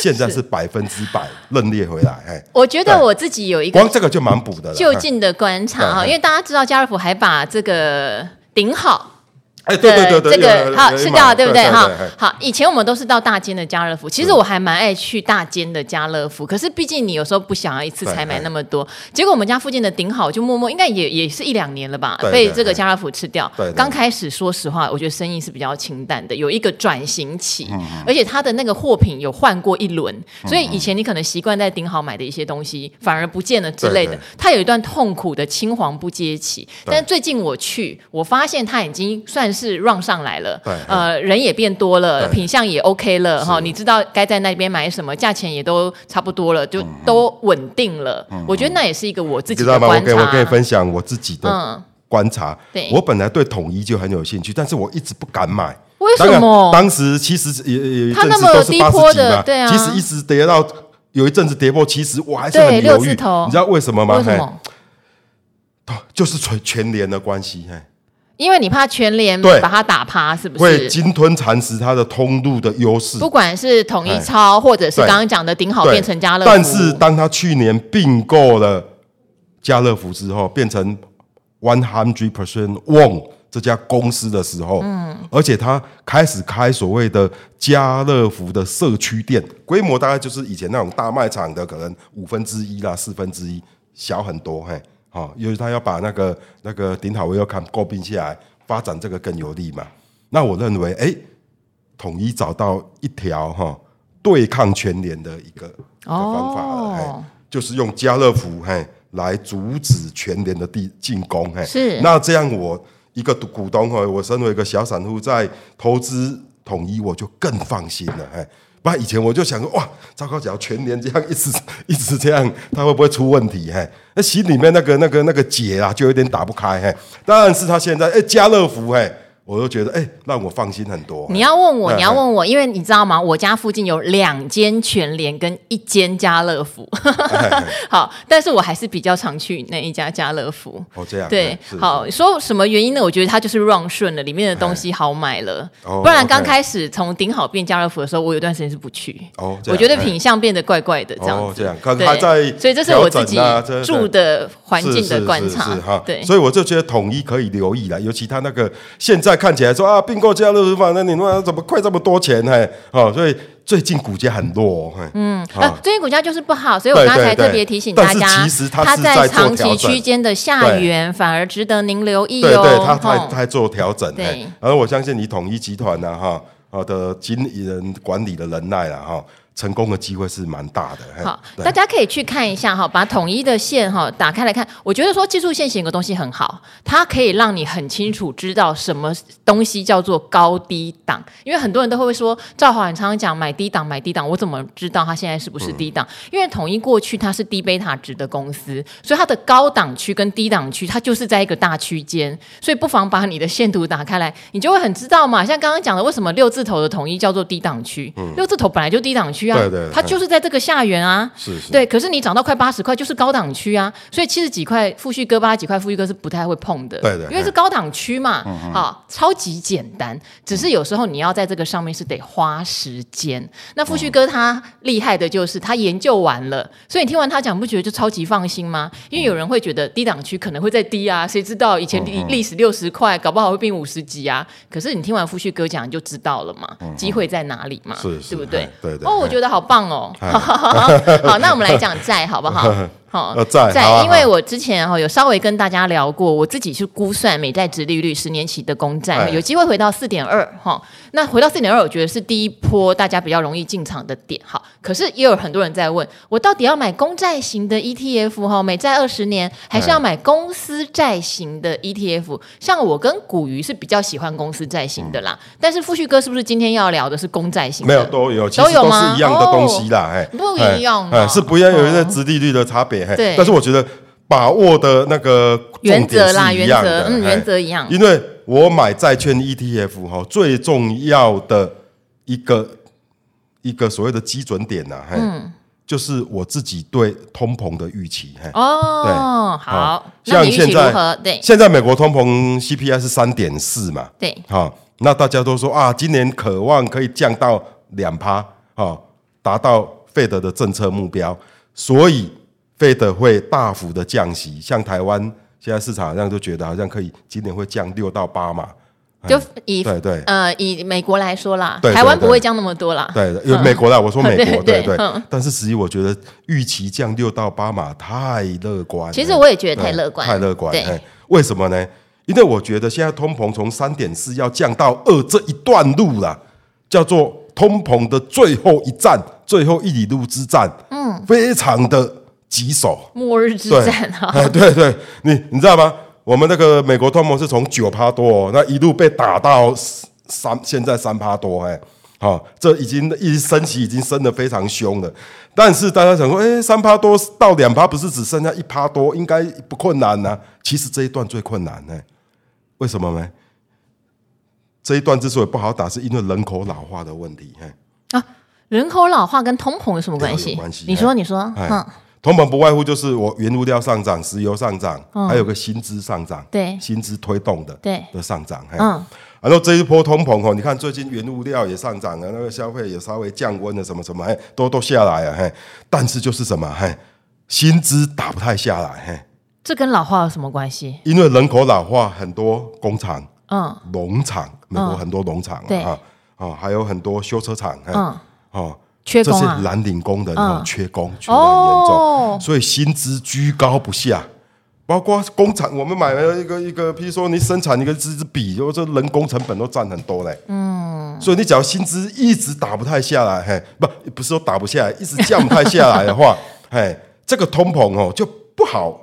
[SPEAKER 2] 现在是百分之百认列回来，哎，
[SPEAKER 1] 我觉得
[SPEAKER 2] 对
[SPEAKER 1] 我自己有一个
[SPEAKER 2] 光这个就蛮补的了。
[SPEAKER 1] 就
[SPEAKER 2] 哎
[SPEAKER 1] 近的观察哈，
[SPEAKER 2] 嗯
[SPEAKER 1] 因为大家知道家乐福还把这个顶好。
[SPEAKER 2] 哎，对对对对，
[SPEAKER 1] 这个
[SPEAKER 2] 有
[SPEAKER 1] 好
[SPEAKER 2] 有
[SPEAKER 1] 是
[SPEAKER 2] 有
[SPEAKER 1] 掉
[SPEAKER 2] 买
[SPEAKER 1] 了，对不
[SPEAKER 2] 对
[SPEAKER 1] 对？哈
[SPEAKER 2] 对对，
[SPEAKER 1] 好，以前我们都是到大间的家乐福，其实我还蛮爱去大间的家乐福，可是毕竟你有时候不想要一次才买那么多，结果我们家附近的顶好就默默应该也也是一两年了吧，
[SPEAKER 2] 对
[SPEAKER 1] 被
[SPEAKER 2] 对
[SPEAKER 1] 这个家乐福吃掉
[SPEAKER 2] 对对。
[SPEAKER 1] 刚开始说实话，我觉得生意是比较清淡的，有一个转型期，而且它的那个货品有换过一轮，所以以前你可能习惯在顶好买的一些东西反而不见了之类的
[SPEAKER 2] 对对，
[SPEAKER 1] 它有一段痛苦的青黄不接期，但是最近我去，我发现它已经算是 run 上来了
[SPEAKER 2] 对，
[SPEAKER 1] 呃，人也变多了，
[SPEAKER 2] 对
[SPEAKER 1] 品相也 OK 了哈，你知道该在那边买什么，价钱也都差不多了，就
[SPEAKER 2] 嗯
[SPEAKER 1] 都稳定了。我觉得那也是一个我自
[SPEAKER 2] 你
[SPEAKER 1] 己
[SPEAKER 2] 知
[SPEAKER 1] 的
[SPEAKER 2] 道吗？我
[SPEAKER 1] 观
[SPEAKER 2] 给我可以
[SPEAKER 1] 察。
[SPEAKER 2] 分享我自己的
[SPEAKER 1] 嗯，
[SPEAKER 2] 观察
[SPEAKER 1] 对。
[SPEAKER 2] 我本来对统一就很有兴趣，但是我一直不敢买。
[SPEAKER 1] 为什
[SPEAKER 2] 当然
[SPEAKER 1] 么？
[SPEAKER 2] 当时其实也也
[SPEAKER 1] 它那么
[SPEAKER 2] 有一阵子都是
[SPEAKER 1] 低
[SPEAKER 2] 八
[SPEAKER 1] 坡
[SPEAKER 2] 十几
[SPEAKER 1] 的
[SPEAKER 2] 嘛，
[SPEAKER 1] 对啊
[SPEAKER 2] 其实一直跌到有一阵子跌破七十，我还是
[SPEAKER 1] 对
[SPEAKER 2] 很
[SPEAKER 1] 六
[SPEAKER 2] 犹豫。
[SPEAKER 1] 字头
[SPEAKER 2] 你知道为什么吗？
[SPEAKER 1] 为什
[SPEAKER 2] 嘿
[SPEAKER 1] 么？
[SPEAKER 2] 就是全全联的关系，嘿，
[SPEAKER 1] 因为你怕全联
[SPEAKER 2] 对
[SPEAKER 1] 把它打趴，是不
[SPEAKER 2] 会
[SPEAKER 1] 是？
[SPEAKER 2] 鲸吞蚕食它的通路的优势。
[SPEAKER 1] 不管是统一
[SPEAKER 2] 哎
[SPEAKER 1] 超，或者是
[SPEAKER 2] 对
[SPEAKER 1] 刚刚讲的顶好
[SPEAKER 2] 对
[SPEAKER 1] 变成家乐福，
[SPEAKER 2] 但是当他去年并购了家乐福之后，变成 One Hundred Percent One 这家公司的时候，嗯，而且他开始开所谓的家乐福的社区店，规模大概就是以前那种大卖场的可能五分之一啦，四分之一，小很多，嘿，好、因为他要把那个那个顶好维尔坎诟病下来，发展这个更有利嘛。那我认为，哎、统一找到一条哈对抗全联的一个一个方法了，嘿
[SPEAKER 1] 哦，
[SPEAKER 2] 就是用家乐福嘿来阻止全联的地进攻嘿。
[SPEAKER 1] 是
[SPEAKER 2] 那这样我一个股东哈，我身为一个小散户在投资统一，我就更放心了嘿。不然以前我就想说，哇，糟糕，只要全年这样一直 (laughs) 一直这样，他会不会出问题？嘿，那心里面那个那个那个结啊，就有点打不开。嘿，当然是他现在哎家乐福嘿，我就觉得哎让我放心很多。
[SPEAKER 1] 你要问我，
[SPEAKER 2] 嗯
[SPEAKER 1] 你要问我，因为你知道吗？我家附近有两间全联跟一间家乐福，
[SPEAKER 2] 哎
[SPEAKER 1] (laughs) 好，但是我还是比较常去那一家家乐福。
[SPEAKER 2] 哦这样
[SPEAKER 1] 对
[SPEAKER 2] 嘿是，
[SPEAKER 1] 好，说什么原因呢？我觉得它就是 run 顺了，里面的东西好买了。
[SPEAKER 2] 哦
[SPEAKER 1] 不然刚
[SPEAKER 2] OK
[SPEAKER 1] 开始从顶好变家乐福的时候，我有段时间是不去。
[SPEAKER 2] 哦这
[SPEAKER 1] 我
[SPEAKER 2] 样
[SPEAKER 1] 觉得
[SPEAKER 2] 嘿
[SPEAKER 1] 品相变得怪怪的这样
[SPEAKER 2] 哦
[SPEAKER 1] 子。
[SPEAKER 2] 这样看
[SPEAKER 1] 对
[SPEAKER 2] 还在
[SPEAKER 1] 所以这是我自己
[SPEAKER 2] 调整啊这这
[SPEAKER 1] 住的环境
[SPEAKER 2] 是
[SPEAKER 1] 的
[SPEAKER 2] 是
[SPEAKER 1] 观
[SPEAKER 2] 是
[SPEAKER 1] 察
[SPEAKER 2] 是哈。
[SPEAKER 1] 对，
[SPEAKER 2] 所以我就觉得统一可以留意了，尤其他那个现在看起来说啊，并购家乐福嘛，那你妈怎么快这么多钱嘿？哦，所以最近股价很弱、哦，嘿，嗯，
[SPEAKER 1] 啊，最近股价就是不好，所以我
[SPEAKER 2] 对
[SPEAKER 1] 刚才
[SPEAKER 2] 对对
[SPEAKER 1] 特别提醒大家，
[SPEAKER 2] 但是其实它是
[SPEAKER 1] 在
[SPEAKER 2] 在做
[SPEAKER 1] 长期
[SPEAKER 2] 调整
[SPEAKER 1] 区间的下缘，反而值得您留意
[SPEAKER 2] 对
[SPEAKER 1] 哦。
[SPEAKER 2] 对，他他
[SPEAKER 1] 吼
[SPEAKER 2] 他做调整，
[SPEAKER 1] 对
[SPEAKER 2] 嘿而我相信你统一集团呢、哈，啊的经理人管理的能耐了哈、成功的机会是蛮大的，嘿
[SPEAKER 1] 好，
[SPEAKER 2] 对
[SPEAKER 1] 大家可以去看一下哈，把统一的线哈打开来看。我觉得说技术线型有个东西很好，它可以让你很清楚知道什么东西叫做高低档，因为很多人都会说赵华很常常讲买低档买低档，我怎么知道它现在是不是低档？因为统一过去它是低贝塔值的公司，所以它的高档区跟低档区它就是在一个大区间，所以不妨把你的线图打开来，你就会很知道嘛。像刚刚讲的，为什么六字头的统一叫做低档区？六字头本来就低档区啊，
[SPEAKER 2] 对对对
[SPEAKER 1] 它就是在这个下缘啊。
[SPEAKER 2] 是是，
[SPEAKER 1] 对，可是你涨到快八十块就是高档区啊，所以七十几块富旭哥、八十几块富旭哥是不太会碰的，
[SPEAKER 2] 对的嗯
[SPEAKER 1] 因为是高档区嘛，好，超级简单，只是有时候你要在这个上面是得花时间。
[SPEAKER 2] 嗯
[SPEAKER 1] 那富旭哥他厉害的就是他研究完了，所以你听完他讲，不觉得就超级放心吗？因为有人会觉得低档区可能会再低啊，谁知道以
[SPEAKER 2] 嗯
[SPEAKER 1] 前历历史六十块，搞不好会变五十几啊。可是你听完富旭哥讲，你就知道了嘛，机会在哪里嘛，
[SPEAKER 2] 嗯是是
[SPEAKER 1] 对不对
[SPEAKER 2] 哎？对对
[SPEAKER 1] 哦，我
[SPEAKER 2] 哎
[SPEAKER 1] 觉得好棒哦。 (laughs) 好，那我们来讲债好不好？
[SPEAKER 2] (laughs)
[SPEAKER 1] 好
[SPEAKER 2] 呃债好啊
[SPEAKER 1] 因为我之前哦哈有稍微跟大家聊过，我自己去估算美债值利率十年期的公债，
[SPEAKER 2] 哎
[SPEAKER 1] 有机会回到四点二哈。那回到四点二，我觉得是第一波大家比较容易进场的点。好，可是也有很多人在问我，到底要买公债型的 ETF 哈，美债二十年，还是要买公司债型的 ETF？像我跟古鱼是比较喜欢公司债型的啦，但是富旭哥是不是今天要聊的是公债型的？
[SPEAKER 2] 嗯没有都有，其
[SPEAKER 1] 都
[SPEAKER 2] 实
[SPEAKER 1] 有
[SPEAKER 2] 都是
[SPEAKER 1] 吗哦
[SPEAKER 2] 一样的东西啦，哎、
[SPEAKER 1] 不一样
[SPEAKER 2] 哎
[SPEAKER 1] 啊
[SPEAKER 2] 哎是不一样，有一些
[SPEAKER 1] 哦
[SPEAKER 2] 殖利率的差别，嘿
[SPEAKER 1] 对
[SPEAKER 2] 但是我觉得把握的那个
[SPEAKER 1] 原
[SPEAKER 2] 重点
[SPEAKER 1] 则
[SPEAKER 2] 是
[SPEAKER 1] 啦，
[SPEAKER 2] 一
[SPEAKER 1] 原
[SPEAKER 2] 样
[SPEAKER 1] 则
[SPEAKER 2] 的，，
[SPEAKER 1] 嗯，
[SPEAKER 2] 嘿
[SPEAKER 1] 原则一样。
[SPEAKER 2] 因为我买债券 ETF 哈，最重要的一个一个所谓的基准点呐、嘿，
[SPEAKER 1] 嗯
[SPEAKER 2] 就是我自己对通膨的预期，嘿。
[SPEAKER 1] 哦，好，那
[SPEAKER 2] 像
[SPEAKER 1] 你预期
[SPEAKER 2] 现
[SPEAKER 1] 如
[SPEAKER 2] 在
[SPEAKER 1] 何？对
[SPEAKER 2] 现在美国通膨 CPI 是三点四嘛，
[SPEAKER 1] 对，
[SPEAKER 2] 好、那大家都说啊，今年渴望可以降到两趴，好、达到费德的政策目标，所以费德会大幅的降息。像台湾现在市场好像都觉得好像可以今年会降六到八嘛，
[SPEAKER 1] 就以
[SPEAKER 2] 哎对对
[SPEAKER 1] 呃以美国来说啦，
[SPEAKER 2] 对对
[SPEAKER 1] 台湾
[SPEAKER 2] 对
[SPEAKER 1] 不会降那么多啦。
[SPEAKER 2] 对，有美国啦，我说美
[SPEAKER 1] 对
[SPEAKER 2] 国，对
[SPEAKER 1] 嗯 (laughs) 对
[SPEAKER 2] 对
[SPEAKER 1] 嗯。
[SPEAKER 2] 但是实际我觉得预期降六到八嘛，太乐观了。
[SPEAKER 1] 其实我也觉得
[SPEAKER 2] 对
[SPEAKER 1] 太乐观，
[SPEAKER 2] 太乐观。
[SPEAKER 1] 对，
[SPEAKER 2] 哎为什么呢？因为我觉得现在通膨从三点四要降到二这一段路啦，叫做通膨的最后一站，最后一里路之战，嗯，非常的棘手。
[SPEAKER 1] 末日之
[SPEAKER 2] 对
[SPEAKER 1] 战啊，
[SPEAKER 2] (laughs) 哎，对对，你你知道吗？我们那个美国通膨是从九趴多、哦，那一路被打到三，现在三趴多、哎，好、这已经一升息已经升得非常凶了。但是大家想说，哎，三趴多到两趴，不是只剩下一趴多，应该不困难呢、其实这一段最困难呢、哎为什么呢？这一段之所以不好打，是因为人口老化的问题。嘿、
[SPEAKER 1] (laughs) 啊人口老化跟通膨有什么关系
[SPEAKER 2] 哎有关？系
[SPEAKER 1] 你说，你说，
[SPEAKER 2] 哎
[SPEAKER 1] 嗯，
[SPEAKER 2] 通膨不外乎就是我原物料上涨、石油上涨，还有个薪资上涨，
[SPEAKER 1] 嗯对
[SPEAKER 2] 薪资推动的，
[SPEAKER 1] 对
[SPEAKER 2] 的上涨，嘿
[SPEAKER 1] 嗯，
[SPEAKER 2] 然后这一波通膨哦，你看最近原物料也上涨了，那个消费也稍微降温了，什么什么，嘿，都都下来了，嘿，但是就是什么，嘿，薪资打不太下来，嘿，
[SPEAKER 1] 这跟老化有什么关系？
[SPEAKER 2] 因为人口老化，很多工厂、
[SPEAKER 1] 嗯
[SPEAKER 2] 农场，美国很多农场
[SPEAKER 1] 对
[SPEAKER 2] 啊，哦，还有很多修车厂，嘿，
[SPEAKER 1] 嗯，
[SPEAKER 2] 哦。
[SPEAKER 1] 缺
[SPEAKER 2] 这
[SPEAKER 1] 工
[SPEAKER 2] 是
[SPEAKER 1] 啊，
[SPEAKER 2] 蓝领工人
[SPEAKER 1] 嗯
[SPEAKER 2] 哦，缺工缺的很严
[SPEAKER 1] 哦
[SPEAKER 2] 重，所以薪资居高不下。包括工厂，我们买了一个一个，譬如说你生产一个这支笔，就是人工成本都占很多嘞。嗯，所以你只要薪资一直打不太下来，嘿，不不是说打不下来，一直降不太下来的话，嘿，这个通膨哦就不好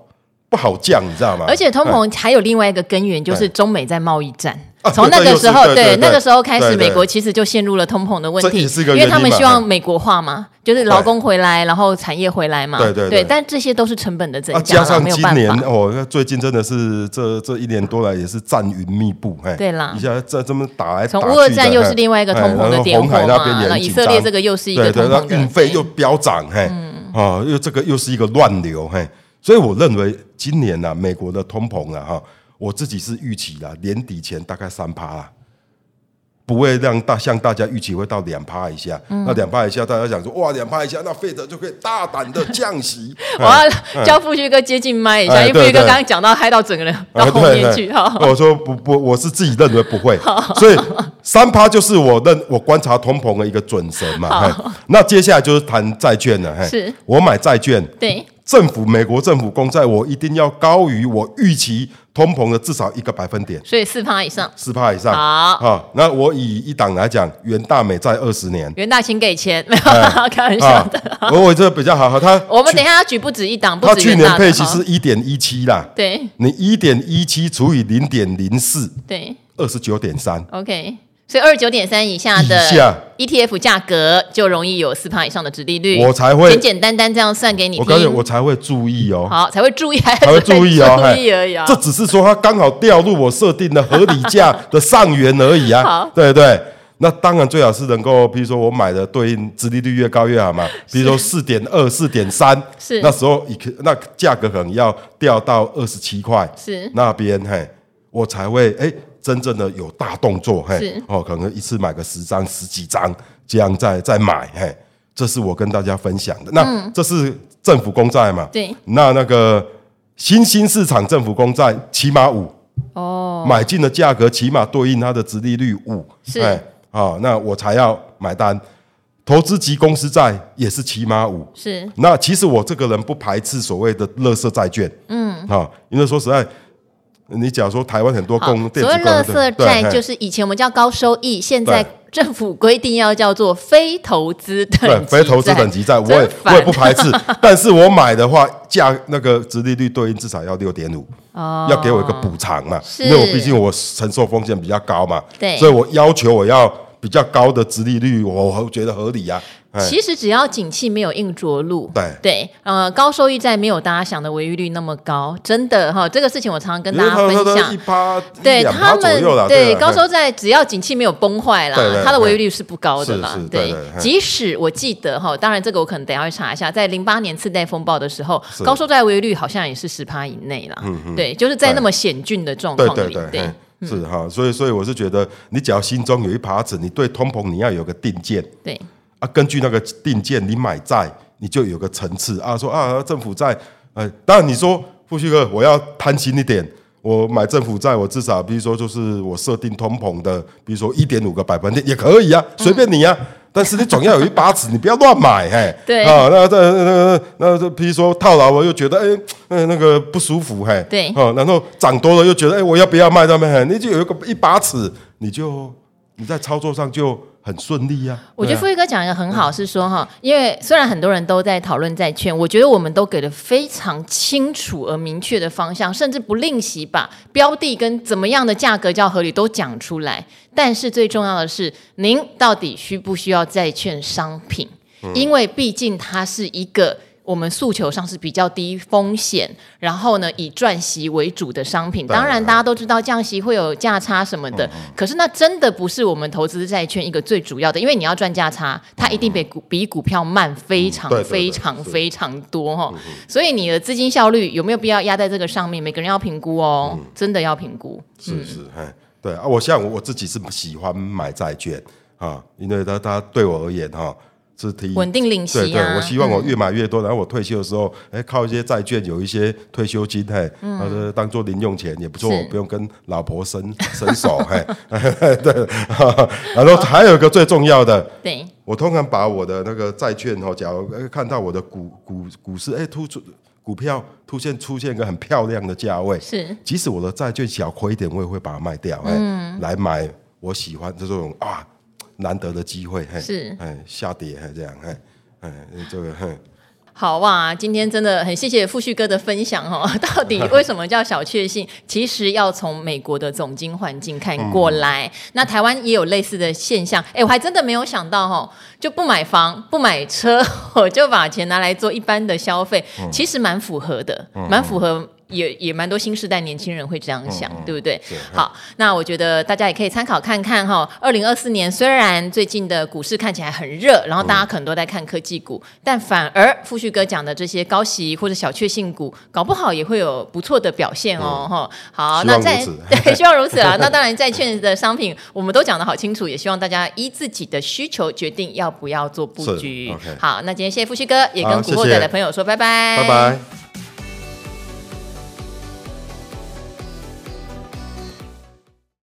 [SPEAKER 2] 不好降，你知道
[SPEAKER 1] (laughs)
[SPEAKER 2] 吗？
[SPEAKER 1] 而且通
[SPEAKER 2] 嘿
[SPEAKER 1] 膨还有另外一个根源，就是
[SPEAKER 2] 啊对
[SPEAKER 1] 中美在贸易战
[SPEAKER 2] 啊。
[SPEAKER 1] 从
[SPEAKER 2] 对
[SPEAKER 1] 那
[SPEAKER 2] 对
[SPEAKER 1] 个
[SPEAKER 2] 又
[SPEAKER 1] 时
[SPEAKER 2] 是
[SPEAKER 1] 候，
[SPEAKER 2] 对对对
[SPEAKER 1] 那个时候开始，
[SPEAKER 2] 对对
[SPEAKER 1] 美国其实就陷入了通膨的问
[SPEAKER 2] 这
[SPEAKER 1] 题
[SPEAKER 2] 也是一，个
[SPEAKER 1] 因为
[SPEAKER 2] 原
[SPEAKER 1] 他
[SPEAKER 2] 因
[SPEAKER 1] 们
[SPEAKER 2] 嘛嗯
[SPEAKER 1] 希望
[SPEAKER 2] 嘿
[SPEAKER 1] 美国化嘛，就是劳工回来，然后产业回来嘛。
[SPEAKER 2] 对对对
[SPEAKER 1] 但这些都是成本的增
[SPEAKER 2] 啊，
[SPEAKER 1] 加
[SPEAKER 2] 加
[SPEAKER 1] 啦，
[SPEAKER 2] 上
[SPEAKER 1] 没有
[SPEAKER 2] 今
[SPEAKER 1] 办
[SPEAKER 2] 年
[SPEAKER 1] 法。
[SPEAKER 2] 哦，那最近真的是这这一年多来也是战云密布，嘿，
[SPEAKER 1] 对啦
[SPEAKER 2] 一下这这么打来打去
[SPEAKER 1] 从
[SPEAKER 2] 的，
[SPEAKER 1] 乌俄战又是
[SPEAKER 2] 嘿
[SPEAKER 1] 另外一个
[SPEAKER 2] 嘿
[SPEAKER 1] 通膨
[SPEAKER 2] 然
[SPEAKER 1] 的
[SPEAKER 2] 后
[SPEAKER 1] 点
[SPEAKER 2] 红海
[SPEAKER 1] 火
[SPEAKER 2] 那边
[SPEAKER 1] 嘛，
[SPEAKER 2] 也
[SPEAKER 1] 那
[SPEAKER 2] 很
[SPEAKER 1] 以
[SPEAKER 2] 紧
[SPEAKER 1] 色列
[SPEAKER 2] 张
[SPEAKER 1] 这个又是一个
[SPEAKER 2] 对
[SPEAKER 1] 通
[SPEAKER 2] 对，那
[SPEAKER 1] 膨
[SPEAKER 2] 运
[SPEAKER 1] 的。嗯
[SPEAKER 2] 费又飙涨，嘿，啊，又这个又是一个乱流，嘿，所以我认为今年呢、啊，美国的通膨啊，哈，我自己是预期啦，年底前大概三趴啦。不会让大像大家预期会到两趴以下，
[SPEAKER 1] 嗯
[SPEAKER 2] 那两趴以下，大家想说哇，两趴以下，那费德就可以大胆的降息。
[SPEAKER 1] (laughs) 我要叫富旭哥接近麦一下，
[SPEAKER 2] 哎
[SPEAKER 1] 因为富旭
[SPEAKER 2] 对
[SPEAKER 1] 哥
[SPEAKER 2] 对
[SPEAKER 1] 刚刚讲到嗨到整个人到
[SPEAKER 2] 啊
[SPEAKER 1] 后
[SPEAKER 2] 对
[SPEAKER 1] 面
[SPEAKER 2] 对
[SPEAKER 1] 去哈。
[SPEAKER 2] 我说不不，我是自己认为不会，所以三趴就是我认我观察通膨的一个准绳嘛。嘿那接下来就是谈债券了，嘿，
[SPEAKER 1] 是
[SPEAKER 2] 我买债券，
[SPEAKER 1] 对，
[SPEAKER 2] 政府美国政府公债我一定要高于我预期通膨的至少一个百分点，
[SPEAKER 1] 所以四趴以上，
[SPEAKER 2] 四趴以上。
[SPEAKER 1] 好
[SPEAKER 2] 啊，那我以一档来讲，元大美债二十年。
[SPEAKER 1] 袁大请给钱，没有
[SPEAKER 2] 哎
[SPEAKER 1] 啦 (laughs) 开玩笑的。
[SPEAKER 2] 啊，我我这比较好哈，他
[SPEAKER 1] 我们等一下要举不止一档，不
[SPEAKER 2] 哦他
[SPEAKER 1] 止
[SPEAKER 2] 去
[SPEAKER 1] 元
[SPEAKER 2] 年
[SPEAKER 1] 大的
[SPEAKER 2] 配息
[SPEAKER 1] 哈
[SPEAKER 2] 是一点一七啦，
[SPEAKER 1] 对
[SPEAKER 2] 你一点一七除以零点零四，
[SPEAKER 1] 对
[SPEAKER 2] 二十九点三。
[SPEAKER 1] ，OK。所以二十九点三以下的
[SPEAKER 2] 以下
[SPEAKER 1] ETF 价格就容易有四趴以上的殖利率，
[SPEAKER 2] 我才会
[SPEAKER 1] 简简单单这样算给你
[SPEAKER 2] 我告诉你，
[SPEAKER 1] 听。
[SPEAKER 2] 我才会注意哦，
[SPEAKER 1] 好，才会注意，还
[SPEAKER 2] 才会注
[SPEAKER 1] (laughs)
[SPEAKER 2] 意哦，
[SPEAKER 1] 注
[SPEAKER 2] 嘿
[SPEAKER 1] 意而已啊
[SPEAKER 2] 这。只是说它刚好掉入我设定的合理价的上缘而已
[SPEAKER 1] (laughs)
[SPEAKER 2] 啊
[SPEAKER 1] 好，
[SPEAKER 2] 对不对？那当然最好是能够，比如说我买的对应殖利率越高越
[SPEAKER 1] (laughs)
[SPEAKER 2] 好嘛，比如说四点二、四点三，
[SPEAKER 1] 是
[SPEAKER 2] 那时候一克那价格可能要掉到二十七块，
[SPEAKER 1] 是
[SPEAKER 2] 那边嘿，我才会哎真正的有大动作嘿
[SPEAKER 1] 是，
[SPEAKER 2] 哦，可能一次买个十张、十几张，这样再再买嘿，这是我跟大家分享的。那、这是政府公债嘛？
[SPEAKER 1] 嗯对。
[SPEAKER 2] 那那个新兴市场政府公债起码五，
[SPEAKER 1] 哦，
[SPEAKER 2] 买进的价格起码对应它的殖利率五，
[SPEAKER 1] 是
[SPEAKER 2] 哎，好、那我才要买单。投资级公司债也是起码五，
[SPEAKER 1] 是
[SPEAKER 2] 那其实我这个人不排斥所谓的垃圾债券，嗯，啊、因为说实在，你假如说台湾很多
[SPEAKER 1] 好
[SPEAKER 2] 公。电
[SPEAKER 1] 所
[SPEAKER 2] 子
[SPEAKER 1] 谓
[SPEAKER 2] 公
[SPEAKER 1] 垃
[SPEAKER 2] 司
[SPEAKER 1] 圾
[SPEAKER 2] 对
[SPEAKER 1] 债
[SPEAKER 2] 嘿
[SPEAKER 1] 就是以前我们叫高收益，现在
[SPEAKER 2] 对
[SPEAKER 1] 政府规定要叫做非投资等
[SPEAKER 2] 对
[SPEAKER 1] 级
[SPEAKER 2] 非投资
[SPEAKER 1] 债
[SPEAKER 2] 等级债，我
[SPEAKER 1] 真
[SPEAKER 2] 也我
[SPEAKER 1] 烦
[SPEAKER 2] 也不排
[SPEAKER 1] (laughs)
[SPEAKER 2] 斥，但是我买的话价那个殖利率对应至少要六点五。
[SPEAKER 1] 哦
[SPEAKER 2] 要给我一个补偿嘛，
[SPEAKER 1] 是
[SPEAKER 2] 因为我毕竟我承受风险比较高嘛，
[SPEAKER 1] 对
[SPEAKER 2] 所以我要求我要比较高的殖利率，我我觉得合理呀、啊。哎
[SPEAKER 1] 其实只要景气没有硬着陆，
[SPEAKER 2] 对
[SPEAKER 1] 呃，高收益债没有大家想的违约率那么高，真的哈，这个事情我常常跟
[SPEAKER 2] 因
[SPEAKER 1] 大
[SPEAKER 2] 为
[SPEAKER 1] 家分
[SPEAKER 2] 他说他
[SPEAKER 1] 享
[SPEAKER 2] 一。趴
[SPEAKER 1] 对
[SPEAKER 2] 一两
[SPEAKER 1] 他
[SPEAKER 2] 趴左
[SPEAKER 1] 们
[SPEAKER 2] 右啦，
[SPEAKER 1] 对
[SPEAKER 2] 啦
[SPEAKER 1] 高
[SPEAKER 2] 嘿
[SPEAKER 1] 收益债，只要景气没有崩坏啦
[SPEAKER 2] 对对，对
[SPEAKER 1] 它的违约率是不高的
[SPEAKER 2] 是
[SPEAKER 1] 啦
[SPEAKER 2] 是。对对对
[SPEAKER 1] 即使我记得哈，当然这个我可能等一下会查一下，在零八年次贷风暴的时候，高收债违约率好像也是十趴以内啦。对，就是在那么险峻的状
[SPEAKER 2] 对
[SPEAKER 1] 况
[SPEAKER 2] 嗯对
[SPEAKER 1] 里
[SPEAKER 2] 对，，
[SPEAKER 1] 对
[SPEAKER 2] 嘿是哈，所以所以我是觉得，你只要心中有一把尺，你对通膨你要有个定见
[SPEAKER 1] 对，
[SPEAKER 2] 啊，根据那个定见，你买债你就有个层次啊，说啊政府债，呃，当然你说富旭哥，我要贪心一点。我买政府债，我至少比如说就是我设定通膨的，比如说一点五个百分点也可以啊，随便你啊。但是你总要有一把尺，你不要乱买，嘿。
[SPEAKER 1] 对
[SPEAKER 2] 啊，那这那那那这，比如说套牢了又觉得哎，那那个不舒服，嘿。
[SPEAKER 1] 对
[SPEAKER 2] 哦，然后涨多了又觉得，哎，我要不要卖他们？嘿你就有一个一把尺，你就你在操作上就很顺利呀、
[SPEAKER 1] 我觉得
[SPEAKER 2] 对啊
[SPEAKER 1] 富裕哥讲一个很好，是说哈，因为虽然很多人都在讨论债券，我觉得我们都给了非常清楚而明确的方向，甚至不吝惜把标的跟怎么样的价格叫合理都讲出来。但是最重要的是，您到底需不需要债券商品？
[SPEAKER 2] 嗯
[SPEAKER 1] 因为毕竟它是一个。我们诉求上是比较低风险，然后呢以赚息为主的商品。
[SPEAKER 2] 对
[SPEAKER 1] 当然，大家都知道降息会有价差什么
[SPEAKER 2] 嗯
[SPEAKER 1] 的，可是那真的不是我们投资债券一个最主要的，因为你要赚价差，它一定比股比股票慢非常
[SPEAKER 2] 嗯对对对
[SPEAKER 1] 非常
[SPEAKER 2] 是嗯
[SPEAKER 1] 非常多哈、哦。所以你的资金效率有没有必要压在这个上面？每个人要评估哦，
[SPEAKER 2] 嗯
[SPEAKER 1] 真的要评估。
[SPEAKER 2] 是是，嘿，对啊，我像我我自己是喜欢买债券啊，因为它它对我而言哈、是提
[SPEAKER 1] 稳定领息啊
[SPEAKER 2] 对对，我希望我越买越多，然后我退休的时候，哎，靠一些债券有一些退休金，嘿，或者当做零用钱也不错
[SPEAKER 1] 嗯是，
[SPEAKER 2] 不用跟老婆伸伸手，嘿， (laughs) 对，
[SPEAKER 1] 哦
[SPEAKER 2] 然后还有一个最重要的。
[SPEAKER 1] 对，
[SPEAKER 2] 我通常把我的那个债券哦，假如呃看到我的股股股市哎突出股票突现出现一个很漂亮的价位，
[SPEAKER 1] 是
[SPEAKER 2] 即使我的债券小亏一点，我也会把它卖掉，哎、来买我喜欢的这种啊。难得的机会，嘿，
[SPEAKER 1] 是
[SPEAKER 2] 哎下跌，嘿这样，嘿，哎这个，嘿，
[SPEAKER 1] 好哇，今天真的很谢谢富旭哥的分享哦。 (laughs) 到底为什么叫小确幸？其实要从美国的总经环境看过来，那台湾也有类似的现象。哎，我还真的没有想到哦，就不买房不买车， (laughs) 我就把钱拿来做一般的消费，
[SPEAKER 2] 嗯
[SPEAKER 1] 其实蛮符合的，蛮符合。也也蛮多新时代年轻人会这样
[SPEAKER 2] 嗯
[SPEAKER 1] 想，对不对？好，那我觉得大家也可以参考看看哈。二零二四年虽然最近的股市看起来很热，然后大家可能都在看科技股，
[SPEAKER 2] 嗯
[SPEAKER 1] 但反而富旭哥讲的这些高息或者小确幸股，搞不好也会有不错的表现哦。哈、好，
[SPEAKER 2] 嗯希
[SPEAKER 1] 那
[SPEAKER 2] 望
[SPEAKER 1] 在
[SPEAKER 2] 如此
[SPEAKER 1] 对，希望如此啊。那当然，债券的商品我们都讲的好清楚，也希望大家依自己的需求决定要不要做布
[SPEAKER 2] 是
[SPEAKER 1] 局。
[SPEAKER 2] ，OK
[SPEAKER 1] 好，那今天谢谢富旭哥，也跟
[SPEAKER 2] 好
[SPEAKER 1] 古惑
[SPEAKER 2] 谢
[SPEAKER 1] 仔
[SPEAKER 2] 谢
[SPEAKER 1] 的朋友说拜拜，
[SPEAKER 2] 拜拜。